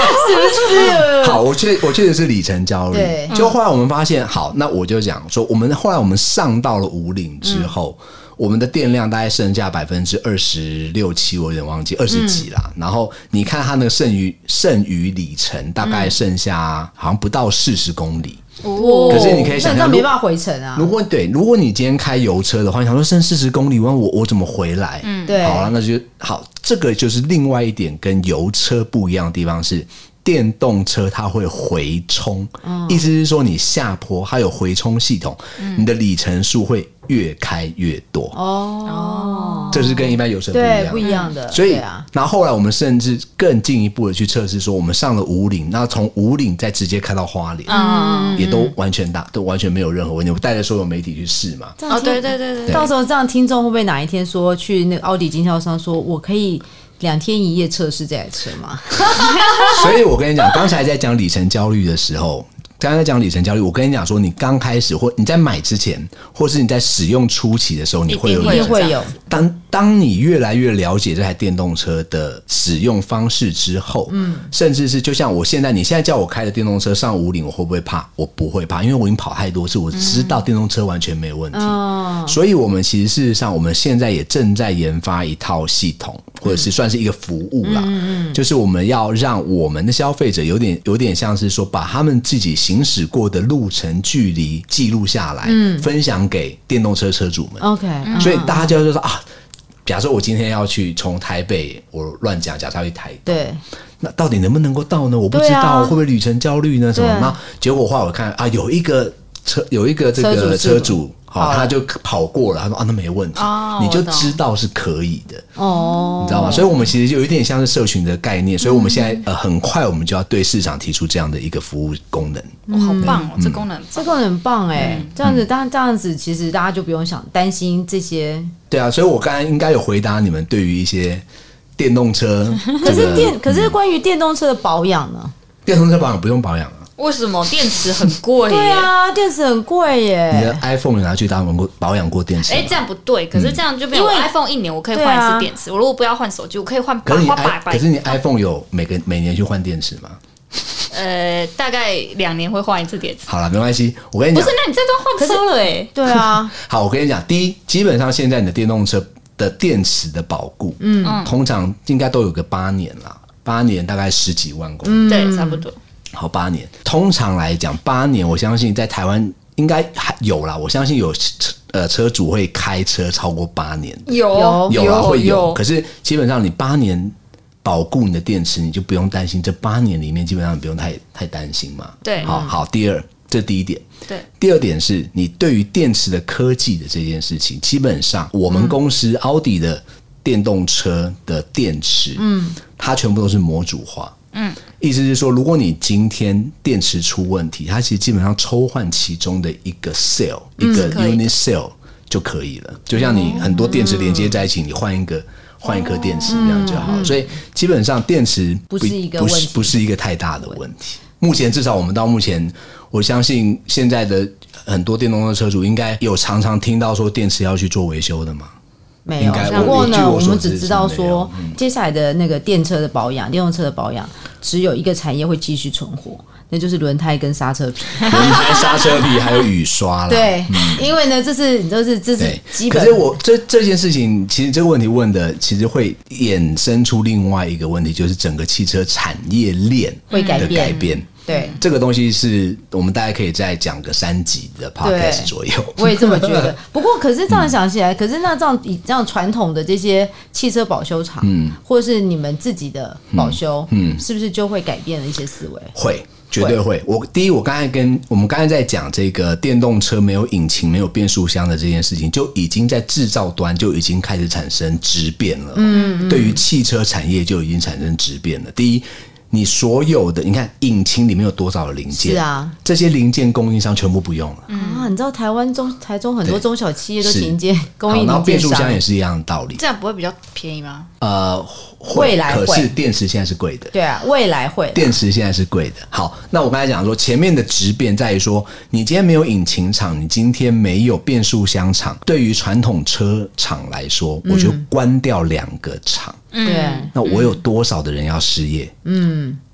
Speaker 1: 是
Speaker 3: 好，我确我确实是里程焦虑
Speaker 1: 对。
Speaker 3: 就后来我们发现，好，那我就讲说，我们后来我们上到了五岭之后，我们的电量大概剩下百分之二十六七，我有点忘记二十几啦。然后你看它那个剩余剩余里程大概剩下好像不到四十公里。
Speaker 1: 哇
Speaker 3: 可是你可以
Speaker 1: 哦那
Speaker 3: 想象
Speaker 1: 这样
Speaker 3: 如
Speaker 1: 没办法回程啊
Speaker 3: 如，果对，如果你今天开油车的话，你想说剩四十公里，问我我怎么回来？嗯，
Speaker 1: 对
Speaker 3: 好了，那就好。这个就是另外一点跟油车不一样的地方是，电动车它会回充，
Speaker 1: 嗯
Speaker 3: 意思是说你下坡它有回充系统，你的里程数会越开越多，
Speaker 1: 哦，
Speaker 3: 这是跟一般油车不一
Speaker 1: 对，
Speaker 3: 样
Speaker 1: 不。一样的，
Speaker 3: 所以，
Speaker 1: 对啊，
Speaker 3: 然后后来我们甚至更进一步的去测试，说我们上了五岭，那从五岭再直接开到花莲，
Speaker 2: 嗯，
Speaker 3: 也都完全打，都完全没有任何问题。我带着所有媒体去试嘛，
Speaker 1: 这样
Speaker 2: 哦，
Speaker 1: 听
Speaker 2: 对对对对，
Speaker 1: 到时候这样，听众会不会哪一天说去那个奥迪经销商说，我可以两天一夜测试这台车吗？
Speaker 3: 所以我跟你讲，刚才在讲里程焦虑的时候，刚才在讲里程焦虑，我跟你讲说，你刚开始或你在买之前，或是你在使用初期的时候，你会有
Speaker 2: 一
Speaker 1: 一
Speaker 2: 定
Speaker 3: 里
Speaker 1: 定
Speaker 3: 程。
Speaker 1: 会有，
Speaker 3: 当当你越来越了解这台电动车的使用方式之后，嗯，甚至是就像我现在，你现在叫我开的电动车上五岭，我会不会怕？我不会怕，因为我已经跑太多次，我知道电动车完全没问题。
Speaker 1: 嗯，
Speaker 3: 所以，我们其实事实上，我们现在也正在研发一套系统，或者是算是一个服务啦。就是我们要让我们的消费者有点有点像是说，把他们自己行驶过的路程、距离记录下来，分享给电动车车主们。
Speaker 1: OK，嗯
Speaker 3: 所以大家就就说啊，假设我今天要去从台北，我乱讲，假设要去台东，
Speaker 1: 对，
Speaker 3: 那到底能不能够到呢？我不知
Speaker 1: 对
Speaker 3: 道，
Speaker 1: 啊
Speaker 3: 会不会旅程焦虑呢？什么？
Speaker 1: 对啊
Speaker 3: 那结果话我看啊，有一个车，有一个这
Speaker 1: 车
Speaker 3: 个
Speaker 1: 主是吗
Speaker 3: 车主，好，
Speaker 1: 好
Speaker 3: 他就跑过了，他说啊，那没问题，
Speaker 2: 哦
Speaker 3: 你就
Speaker 2: 我懂
Speaker 3: 知道是可以的。
Speaker 1: 哦，嗯
Speaker 3: 你知道吗？所以，我们其实有一点像是社群的概念，所以我们现在呃，很快我们就要对市场提出这样的一个服务功能。
Speaker 2: 哦好棒哦，这功能很
Speaker 1: 这
Speaker 2: 棒。
Speaker 1: 个很棒哎、这
Speaker 3: 嗯
Speaker 1: 样子，当这样子，其实大家就不用想担心这些。
Speaker 3: 对啊，所以我刚才应该有回答你们对于一些电 动车，
Speaker 1: 可是电，可是关于电动车的保养呢？
Speaker 3: 电动车保养不用保养啊。
Speaker 2: 为什么电池很
Speaker 3: 嗯
Speaker 2: 贵？
Speaker 1: 对，啊，电池很贵
Speaker 3: 你的
Speaker 1: 耶。
Speaker 3: iPhone 有拿去打保养过保养过电池吗？
Speaker 2: 哎哎，这样不对。可是这样就变，
Speaker 1: 因
Speaker 2: 我
Speaker 1: 为
Speaker 2: iPhone 一年我可以
Speaker 1: 对
Speaker 2: 换一
Speaker 1: 啊
Speaker 2: 次电池，我如果不要换手机，我可以换百
Speaker 3: 可是你
Speaker 2: 花百
Speaker 3: i
Speaker 2: 百
Speaker 3: 可。是你 iPhone 有每个每年去换电池吗？
Speaker 2: 呃，大概两年会换一次电池。
Speaker 3: 好了，没关系。我跟你
Speaker 2: 不
Speaker 3: 讲
Speaker 2: 是，，那你这段换车了哎。
Speaker 1: 对 啊，
Speaker 3: 好，我跟你讲，第一，基本上现在你的电动车的电池的保固，嗯，通常应该都有个八年啦，八年大概十几万公里，
Speaker 2: 对，差不多。
Speaker 3: 好，八年。通常来讲，八年我相信在台湾应该还有啦，我相信有车呃车主会开车超过八年的
Speaker 1: 有
Speaker 3: 有啊，会有。可是基本上你八年保固你的电池，你就不用担心。这八年里面，基本上你不用太太担心嘛。
Speaker 2: 对
Speaker 3: 好好。第二，这第一点。
Speaker 2: 对，
Speaker 3: 第二点是你对于电池的科技的这件事情，基本上我们公司奥迪的电动车的电池，嗯，它全部都是模组化。嗯，意思是说，如果你今天电池出问题，它其实基本上抽换其中的一个 cell，一
Speaker 1: 嗯
Speaker 3: 个
Speaker 2: 是可以
Speaker 3: unit cell 就可以了。就像你很多电池连接在一起，你换一个换一颗电池这样就好了。所以基本上电池
Speaker 1: 哦不是一个
Speaker 3: 不
Speaker 1: 问
Speaker 3: 是
Speaker 1: 题
Speaker 3: 不是一个太大的问题。目前至少我们到目前，我相信现在的很多电动车车主应该有常常听到说电池要去做维修 的嘛。
Speaker 1: 没有
Speaker 3: 应该。
Speaker 1: 不过
Speaker 3: 我据
Speaker 1: 呢，
Speaker 3: 我
Speaker 1: 我
Speaker 3: 所
Speaker 1: 们
Speaker 3: 知
Speaker 1: 只知道
Speaker 3: 是没有嗯
Speaker 1: 说，接下来的那个电车的保养、电动车的保养，只有一个产业会继续存活，那就是轮胎跟刹车皮。
Speaker 3: 轮胎、刹车皮还有雨刷啦。
Speaker 1: 对，因为呢，这是你都是这是
Speaker 3: 嗯对，
Speaker 1: 基
Speaker 3: 可
Speaker 1: 本。
Speaker 3: 是我这这件事情，其实这个问题问的，其实会衍生出另外一个问题，就是整个汽车产业链
Speaker 1: 会改
Speaker 3: 的
Speaker 1: 变
Speaker 3: 改变。
Speaker 1: 对，
Speaker 3: 这个东西是我们大概可以再讲个三集的 podcast 左右。
Speaker 1: 我也这么觉 得。不过，可是这样想起来，可是那这样以这样传统的这些汽车保修厂，
Speaker 3: 嗯
Speaker 1: 或者是你们自己的保修，是不是就会改变了一些思维？
Speaker 3: 会，绝对会。我第一，我刚才跟我们刚才在讲这个电动车没有引擎、没有变速箱的这件事情，就已经在制造端就已经开始产生质变了。嗯对于汽车产业就已经产生质变了。第一。你所有的，你看引擎里面有多少的零件？
Speaker 1: 是啊，
Speaker 3: 这些零件供应商全部不用了。
Speaker 1: 啊，你知道台湾中台中很多
Speaker 3: 对
Speaker 1: 中小企业都
Speaker 3: 嗯是
Speaker 1: 停接供
Speaker 3: 好
Speaker 1: 应
Speaker 3: 然后
Speaker 1: 零
Speaker 3: 变
Speaker 1: 件
Speaker 3: 速
Speaker 1: 商
Speaker 3: 箱，也是一样的道理。
Speaker 2: 这样不会比较便宜吗？
Speaker 3: 呃，
Speaker 1: 未来
Speaker 3: 可
Speaker 1: 会
Speaker 3: 是电池现在是贵的。
Speaker 1: 对啊，未来会
Speaker 3: 电池现在是贵的。好，那我刚才讲说，前面的质变在于说，你今天没有引擎厂，你今天没有变速箱厂，对于传统车厂来说，我就关掉两个厂。
Speaker 1: 对。
Speaker 3: 那我有多少的人要失业？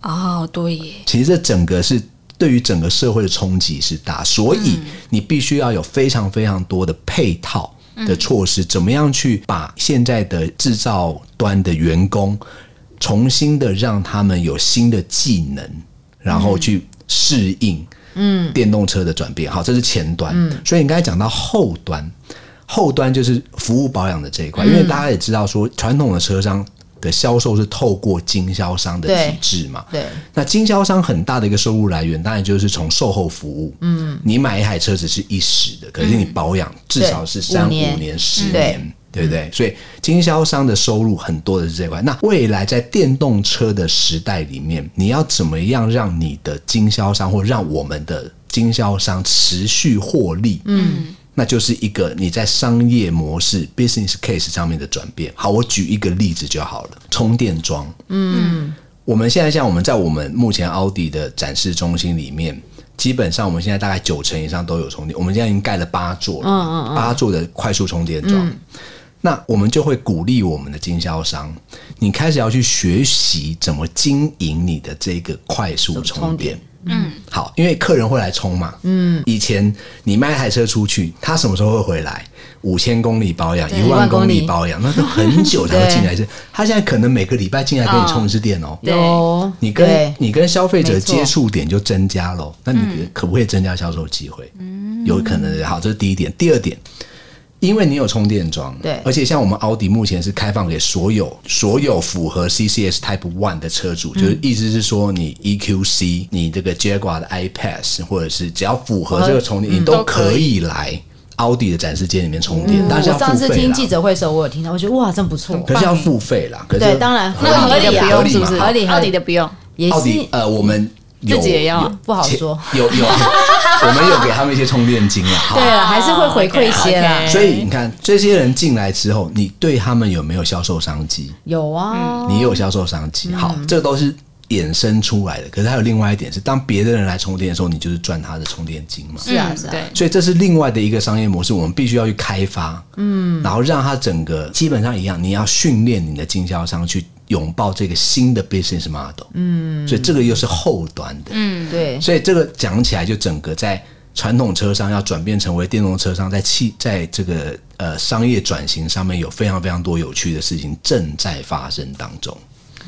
Speaker 2: 哦，对耶，
Speaker 3: 其实这整个是对于整个社会的冲击是大，所以你必须要有非常非常多的配套的措施，怎么样去把现在的制造端的员工重新的让他们有新的技能，然后去适应嗯电动车的转变。好，这是前端，所以你刚才讲到后端。后端就是服务保养的这一块，因为大家也知道说，传统的车商的销售是透过经销商的
Speaker 1: 对
Speaker 3: 体制嘛，
Speaker 1: 对，
Speaker 2: 嗯
Speaker 3: 那经销商很大的一个收入来源，当然就是从售后服务。嗯，你买一台车只是一时的，可是你保养至少是
Speaker 1: 对
Speaker 3: 三
Speaker 1: 五
Speaker 3: 五
Speaker 1: 年
Speaker 3: 年、十
Speaker 1: 对
Speaker 3: 年，对不对？所以经销商的收入很多的是这块。那未来在电动车的时代里面，你要怎么样让你的经销商或让我们的经销商持续获利？嗯。那就是一个你在商业模式 business case 上面的转变。好，我举一个例子就好了，充电桩。我们现在像我们在我们目前奥迪的展示中心里面，基本上我们现在大概九成以上都有充电，我们现在已经盖了八座了，八座的快速充电桩。那我们就会鼓励我们的经销商，你开始要去学习怎么经营你的这个快速充
Speaker 1: 充
Speaker 3: 电
Speaker 1: 电。
Speaker 3: 嗯，好，因为客人会来充嘛。嗯，以前你卖一台车出去，他什么时候会回来？五千公里保养，一
Speaker 1: 一
Speaker 3: 万
Speaker 1: 万
Speaker 3: 公
Speaker 1: 公里
Speaker 3: 里保养，那都很久才会进来一次。他现在可能每个礼拜进来给你充一次电哦。
Speaker 2: 对
Speaker 1: 有
Speaker 3: 你跟
Speaker 1: 对
Speaker 3: 你跟消费者
Speaker 1: 没错嗯
Speaker 3: 接触点就增加了，那你可不可以增加销售机会？有可能的。好，这是第一点。第二点，因为你有充电桩，
Speaker 1: 对
Speaker 3: 而且像我们奥迪目前是开放给所有所有符合 CCS Type One 的车
Speaker 1: 嗯
Speaker 3: 主，就是意思是说你 EQC、你这个 Jaguar 的 iPass，或者是只要符合这个充电，
Speaker 1: 嗯
Speaker 3: 你都
Speaker 2: 都可
Speaker 3: 可以来奥迪的展示间里面充电，但是
Speaker 1: 嗯
Speaker 3: 要
Speaker 1: 我上
Speaker 3: 付
Speaker 1: 次
Speaker 3: 费啊
Speaker 1: 听
Speaker 3: 啦
Speaker 1: 记。者会的时候，我有听到，我觉得哇，真不错，
Speaker 3: 可是要付费啦，可是
Speaker 1: 对当然
Speaker 3: 合
Speaker 1: 那
Speaker 3: 理
Speaker 1: 个合理的不用
Speaker 3: 合理
Speaker 1: 是不是
Speaker 3: 嘛
Speaker 1: 合理
Speaker 2: 奥迪啊的不用，
Speaker 1: 也
Speaker 3: 奥
Speaker 1: 是
Speaker 3: 迪呃，我们有
Speaker 2: 自己也要
Speaker 3: 有
Speaker 1: 不好说
Speaker 3: 切有有，我们有给他们一些充电金了，好
Speaker 1: 对。了，还是会回馈一些啦。
Speaker 2: 哦 OK，OK
Speaker 3: 所以你看，这些人进来之后，你对他们有没有销售商机？
Speaker 1: 有啊，
Speaker 3: 你有销售商机，好，这都是衍生出来的。可是还有另外一点是，当别的人来充电的时候，你就是赚他的充电金嘛。
Speaker 1: 是啊是啊
Speaker 2: 嗯对，
Speaker 3: 所以这是另外的一个商业模式，我们必须要去开发，嗯，然后让它整个基本上一样，你要训练你的经销商去拥抱这个新的 business model，嗯，所以这个又是后端的，
Speaker 2: 嗯，
Speaker 1: 对，
Speaker 3: 所以这个讲起来，就整个在传统车商要转变成为电动车商，在汽在这个呃商业转型上面有非常非常多有趣的事情正在发生当中。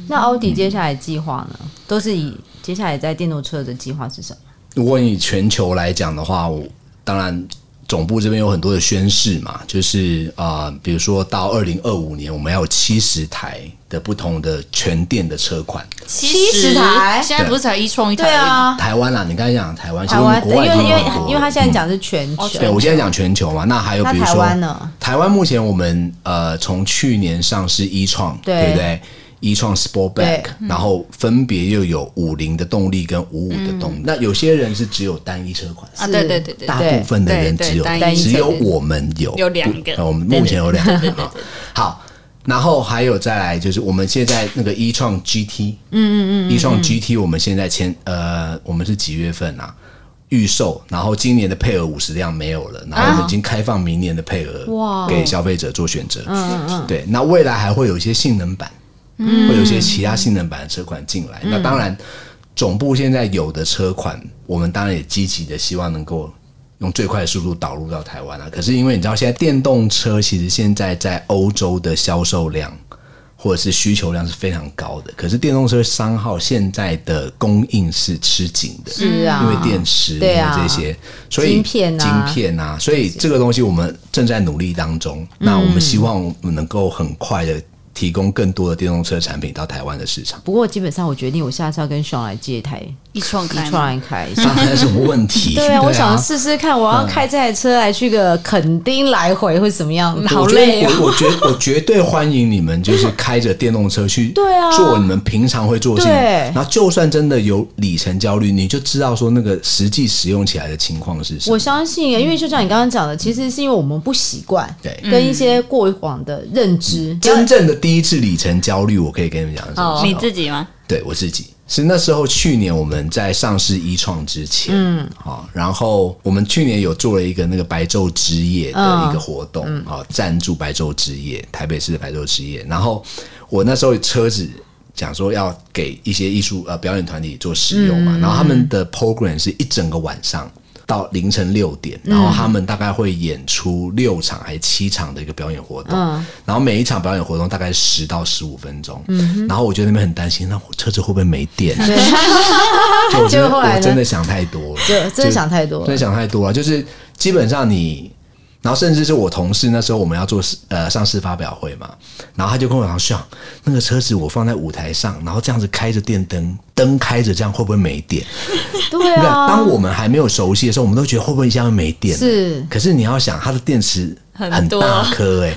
Speaker 1: 那奥迪接下来计划呢？都是以接下来在电动车的计划是什么？
Speaker 3: 如果以全球来讲的话，我当然总部这边有很多的宣示嘛，就是啊、呃比如说到二零二五年，我们要有七十台的不同的全电的车款。
Speaker 1: 70台
Speaker 2: 现在不是才一充一台，
Speaker 1: 对，啊，
Speaker 3: 台湾啦，你刚才讲台湾，其实
Speaker 1: 台
Speaker 3: 我们
Speaker 1: 湾，
Speaker 3: 国
Speaker 1: 因
Speaker 3: 外
Speaker 1: 为
Speaker 3: 已
Speaker 1: 因
Speaker 3: 经有
Speaker 1: 为
Speaker 3: 很多
Speaker 1: 因为他
Speaker 3: 了。
Speaker 1: 现在讲的是全球，
Speaker 3: 对，我现在讲哦全球嘛，那还有
Speaker 1: 那
Speaker 3: 比如
Speaker 1: 台
Speaker 3: 说
Speaker 1: 湾呢？
Speaker 3: 台湾目前我们呃从去年上市一创，
Speaker 1: 对
Speaker 3: 不对？一创 Sportback，
Speaker 1: 对嗯
Speaker 3: 然后分别又有五零的动力跟五五的动
Speaker 1: 嗯
Speaker 3: 力。那有些人是只有单一车款，
Speaker 2: 啊，对对对对
Speaker 3: 大
Speaker 2: 对，
Speaker 3: 部分的人
Speaker 2: 对
Speaker 3: 只有
Speaker 2: 单
Speaker 1: 一
Speaker 3: 只有
Speaker 1: 车
Speaker 3: 我们有
Speaker 2: 有两个
Speaker 3: 不呃我们目前有两个啊。好，然后还有再来就是我们现在那个一创 GT，嗯嗯嗯，一创 GT 我们现在签呃我们是几月份啊？预售，然后今年的配额五十辆没有了，然后我们已经开放明年的配额
Speaker 1: 哇
Speaker 3: 给消费者做选择。嗯嗯，对，那未来还会有一些性能版，会有一些其他性能版的车款进来。那当然，总部现在有的车款，我们当然也积极的希望能够。用最快的速度导入到台湾啊！可是因为你知道，现在电动车其实现在在欧洲的销售量或者是需求量是非常高的，可是电动车商号现在的供应是吃紧的，
Speaker 1: 是啊，
Speaker 3: 因为电池，
Speaker 1: 对啊
Speaker 3: 因为这些，所以
Speaker 1: 晶片啊
Speaker 3: 晶片啊，所以这个东西我们正在努力当中。
Speaker 1: 嗯
Speaker 3: 那我们希望我们能够很快的提供更多的电动车产品到台湾的市场。
Speaker 1: 不过基本上，我决定我下次要跟爽来借一台，
Speaker 2: 一创
Speaker 1: 一
Speaker 3: 嗯
Speaker 2: 开
Speaker 1: 创来开一下。
Speaker 3: 当然什么问题？
Speaker 1: 对啊，我想试试看，我要开这台车来去个垦丁来回会怎么样？
Speaker 3: 嗯我
Speaker 1: 好
Speaker 3: 觉得
Speaker 1: 累哦。
Speaker 3: 我我觉我绝对欢迎你们，就是开着电动车 去
Speaker 1: 对啊
Speaker 3: 做你们平常会做的事情。
Speaker 1: 对
Speaker 3: 然后就算真的有里程焦虑，你就知道说那个实际使用起来的情况是什
Speaker 1: 我
Speaker 3: 么。
Speaker 1: 相信啊耶，因为就像你刚刚讲的，其实是因为我们不习惯，
Speaker 3: 对
Speaker 1: 跟一些过往的认知。
Speaker 3: 嗯真正的第一次里程焦虑，我可以跟你们讲是什么时候？
Speaker 2: 你自己吗？
Speaker 3: 对我自己是那时候去年我们在上市一创之前，嗯，好、然后我们去年有做了一个那个白昼之夜的一个活动，好、赞助白昼之夜，台北市的白昼之夜。然后我那时候车子讲说要给一些艺术呃表演团体做使用嘛，然后他们的 program 是一整个晚上。到凌晨六点，然后他们大概会演出六场还七场的一个表演活动，
Speaker 1: 嗯
Speaker 3: 然后每一场表演活动大概十到十五分钟，
Speaker 1: 嗯
Speaker 3: 然后我觉得那边很担心，那我车子会不会没电？ 就我真
Speaker 1: 结果
Speaker 3: 的
Speaker 1: 后来呢
Speaker 3: 我真的想太多了，
Speaker 1: 就真的想太多
Speaker 3: 真的
Speaker 1: 了。
Speaker 3: 想太多了。就是基本上你，然后甚至是我同事那时候我们要做呃上市发表会嘛，然后他就跟我讲像那个车子我放在舞台上，然后这样子开着电灯，灯开着这样会不会没电？
Speaker 1: 对
Speaker 3: 你看，
Speaker 1: 啊，
Speaker 3: 当我们还没有熟悉的时候，我们都觉得会不会一下就没电了？
Speaker 1: 是
Speaker 3: 可是你要想，它的电池
Speaker 2: 很
Speaker 3: 很
Speaker 2: 多
Speaker 3: 大颗哎、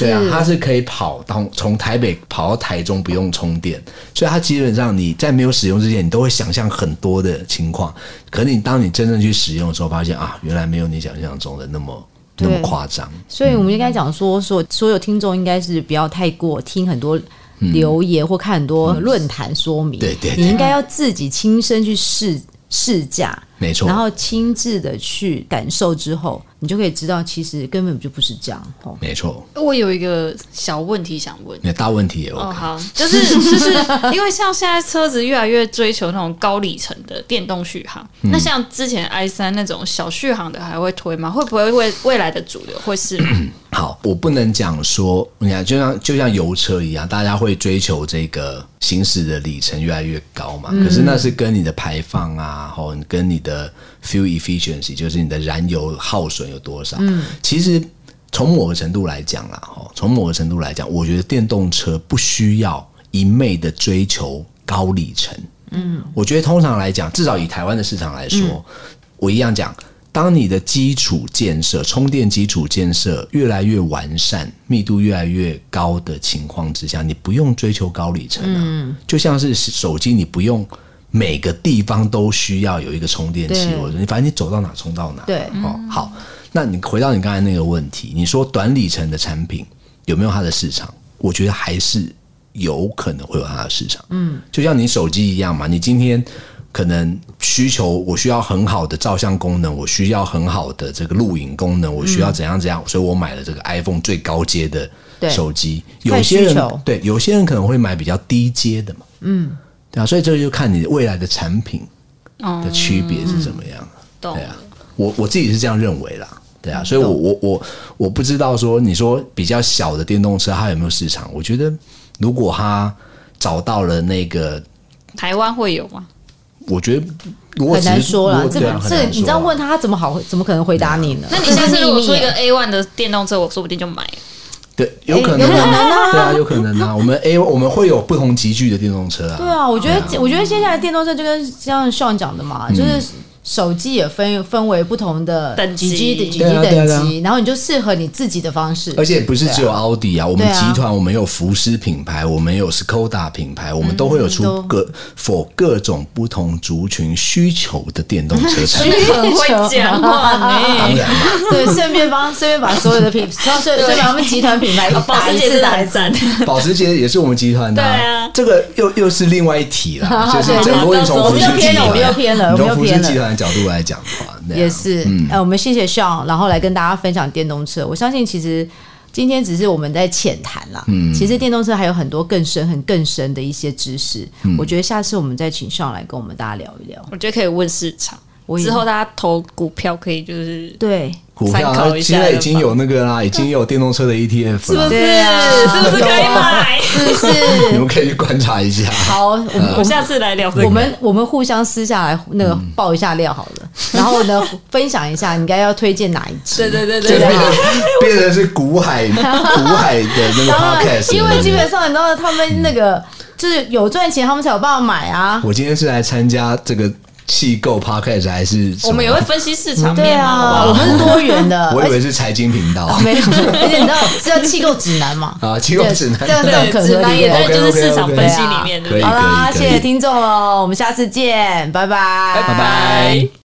Speaker 3: 对啊，它是可以跑到从台北跑到台中不用充电，所以它基本上你在没有使用之前，你都会想象很多的情况。可是你当你真正去使用的时候，发现啊，原来没有你想象中的那么那么
Speaker 1: 对
Speaker 3: 夸张。
Speaker 1: 所以我们应该讲说，所所有听众应该是不要太过听很多留言或看很多论坛说明，
Speaker 3: 嗯对对对
Speaker 1: 你应该要自己亲身去试试驾，
Speaker 3: 没错
Speaker 1: 然后亲自的去感受之后，你就可以知道其实根本就不是这样。哦，
Speaker 3: 没错，
Speaker 2: 我有一个小问题想问。
Speaker 3: 你的大问题也 OK，、
Speaker 2: 哦，好，就是 就是因为像现在车子越来越追求那种高里程的电动续航，那像之前 i 三那种小续航的还会推吗？会不会未未来的主流会是？
Speaker 3: 好，我不能讲说，你看，就像就像油车一样，大家会追求这个行驶的里程越来越高嘛。可是那是跟你的排放啊，吼，跟你的 fuel efficiency，就是你的燃油耗损有多少。嗯，其实从某个程度来讲啦，吼，从某个程度来讲，我觉得电动车不需要一昧的追求高里程。我觉得通常来讲，至少以台湾的市场来说，我一样讲，当你的基础建设、充电基础建设越来越完善、密度越来越高的情况之下，你不用追求高里程啊。就像是手机，你不用每个地方都需要有一个充电器
Speaker 1: 对，
Speaker 3: 或者你反正你走到哪充到哪。
Speaker 1: 对
Speaker 3: 哦，好，那你回到你刚才那个问题，你说短里程的产品有没有它的市场？我觉得还是有可能会有它的市场。嗯，就像你手机一样嘛，你今天可能需求我需要很好的照相功能，我需要很好的这个录影功
Speaker 1: 嗯
Speaker 3: 能，我需要怎样怎样，所以我买了这个 iPhone 最高阶的
Speaker 1: 对
Speaker 3: 手机。
Speaker 1: 看
Speaker 3: 有些
Speaker 1: 需
Speaker 3: 人
Speaker 1: 求
Speaker 3: 对，有些人可能会买比较低阶的嘛。嗯，对啊，所以这就看你未来的产品的区别是怎么样。
Speaker 2: 懂
Speaker 3: 对啊，我我自己是这样认为啦。对啊，所以我我我我不知道说你说比较小的电动车它有没有市场？我觉得如果它找到了那个，
Speaker 2: 台湾会有吗？
Speaker 3: 我觉得如果
Speaker 1: 很
Speaker 3: 只是
Speaker 1: 难说啦，
Speaker 3: 如
Speaker 1: 这
Speaker 3: 果对啊很
Speaker 1: 这
Speaker 3: 难
Speaker 1: 你
Speaker 3: 说
Speaker 1: 这样
Speaker 3: 啊
Speaker 1: 问他，他怎么好怎么可能回答你呢？
Speaker 2: 那你
Speaker 1: 这是
Speaker 2: 下次如果
Speaker 1: 秘密
Speaker 2: 出一个
Speaker 1: 耶
Speaker 2: A one 的电动车，我说不定就买了。
Speaker 3: 对，有可能、
Speaker 1: 哎有可能
Speaker 3: 啊，对啊，有可能啊。我们 A 我们会有不同级距的电动车啊，
Speaker 1: 对
Speaker 3: 嗯
Speaker 1: 啊，我觉得、我觉得接下来电动车就跟像上讲的嘛，就是手机也分分为不同的
Speaker 2: 等级
Speaker 1: 几 G 的几 G
Speaker 3: 对啊对啊
Speaker 1: 等
Speaker 3: 对啊
Speaker 1: 级，然后你就适合你自己的方式。
Speaker 3: 而且不是只有奥迪啊，我们
Speaker 1: 对
Speaker 3: 集
Speaker 1: 啊
Speaker 3: 团我们有福斯品牌，我们有 Skoda 品牌，我们都会有
Speaker 1: 嗯都
Speaker 3: 出各 for 各种不同族群需求的电动 车产品。
Speaker 2: 很会讲话呢。
Speaker 1: 对，顺便帮顺便把所有的品，然后 顺顺便把我们集团品牌
Speaker 2: 哦啊
Speaker 1: 打一次打一次。
Speaker 2: 赞，
Speaker 3: 保时捷也是我们集团的、
Speaker 2: 对啊
Speaker 3: 这个又又是另外一题 啦，就是
Speaker 1: 对
Speaker 3: 整个问题从
Speaker 1: 我
Speaker 3: 福
Speaker 1: 们
Speaker 3: 斯
Speaker 1: 又
Speaker 3: 集
Speaker 1: 偏了
Speaker 3: 团，
Speaker 1: 我们又偏了
Speaker 3: 你
Speaker 1: 我
Speaker 3: 从
Speaker 1: 们又
Speaker 3: 福斯
Speaker 1: 偏了
Speaker 3: 集团的角度来讲的话，那样嗯
Speaker 1: 也是，哎、我们谢谢 Sean，然后来跟大家分享电动车。我相信其实。今天只是我们在浅谈啦。嗯，其实电动车还有很多更深、很更深的一些知识。
Speaker 3: 嗯
Speaker 1: 我觉得下次我们再请上来跟我们大家聊一聊。
Speaker 2: 我觉得可以问市场，
Speaker 1: 我也
Speaker 2: 之后大家投股票可以就是
Speaker 1: 对，
Speaker 3: 股票
Speaker 2: 参考
Speaker 3: 它
Speaker 2: 一下
Speaker 3: 现在已经有那个啦，已经有电动车的 ETF 了，
Speaker 1: 对啊
Speaker 2: 是不是可以买？
Speaker 1: 是不是？
Speaker 3: 你们可以去观察一下。
Speaker 1: 好， 我们
Speaker 2: 我们下次来聊这个。
Speaker 1: 我们我们互相私下来那个爆一下料好了，然后呢分享一下你应该要推荐哪一支。
Speaker 2: 对对对
Speaker 3: 就
Speaker 2: 对
Speaker 3: 变
Speaker 2: 对，
Speaker 1: 啊
Speaker 3: 成变成是股 海股海的那个
Speaker 1: 当然
Speaker 3: podcast，，
Speaker 1: 因为基本上你知道他们那个就是有赚钱，他们才有办法买啊。
Speaker 3: 我今天是来参加这个气购 podcast 还是什么
Speaker 2: 我们也会分析市场
Speaker 1: 对
Speaker 2: 面嘛，好不
Speaker 1: 啊，
Speaker 2: 好
Speaker 1: 我们是多元 的，
Speaker 3: 我
Speaker 1: 而
Speaker 3: 以
Speaker 1: 且
Speaker 3: 为是财经频道
Speaker 1: 没有，而且你知道是要气购指南嘛？
Speaker 3: 啊，气购指南
Speaker 1: 呃对这样这样
Speaker 2: 对，
Speaker 1: 可
Speaker 2: 指
Speaker 1: 合
Speaker 2: 南
Speaker 1: 理
Speaker 2: 也
Speaker 1: 耶。
Speaker 2: 在就是
Speaker 3: OK，OK，OK，
Speaker 2: 市场分析里面
Speaker 1: 对
Speaker 2: 的
Speaker 3: 可以，
Speaker 1: 好啦，
Speaker 3: 可以
Speaker 1: 谢谢听众喽，我们下次见，拜拜，
Speaker 2: 拜
Speaker 3: 拜。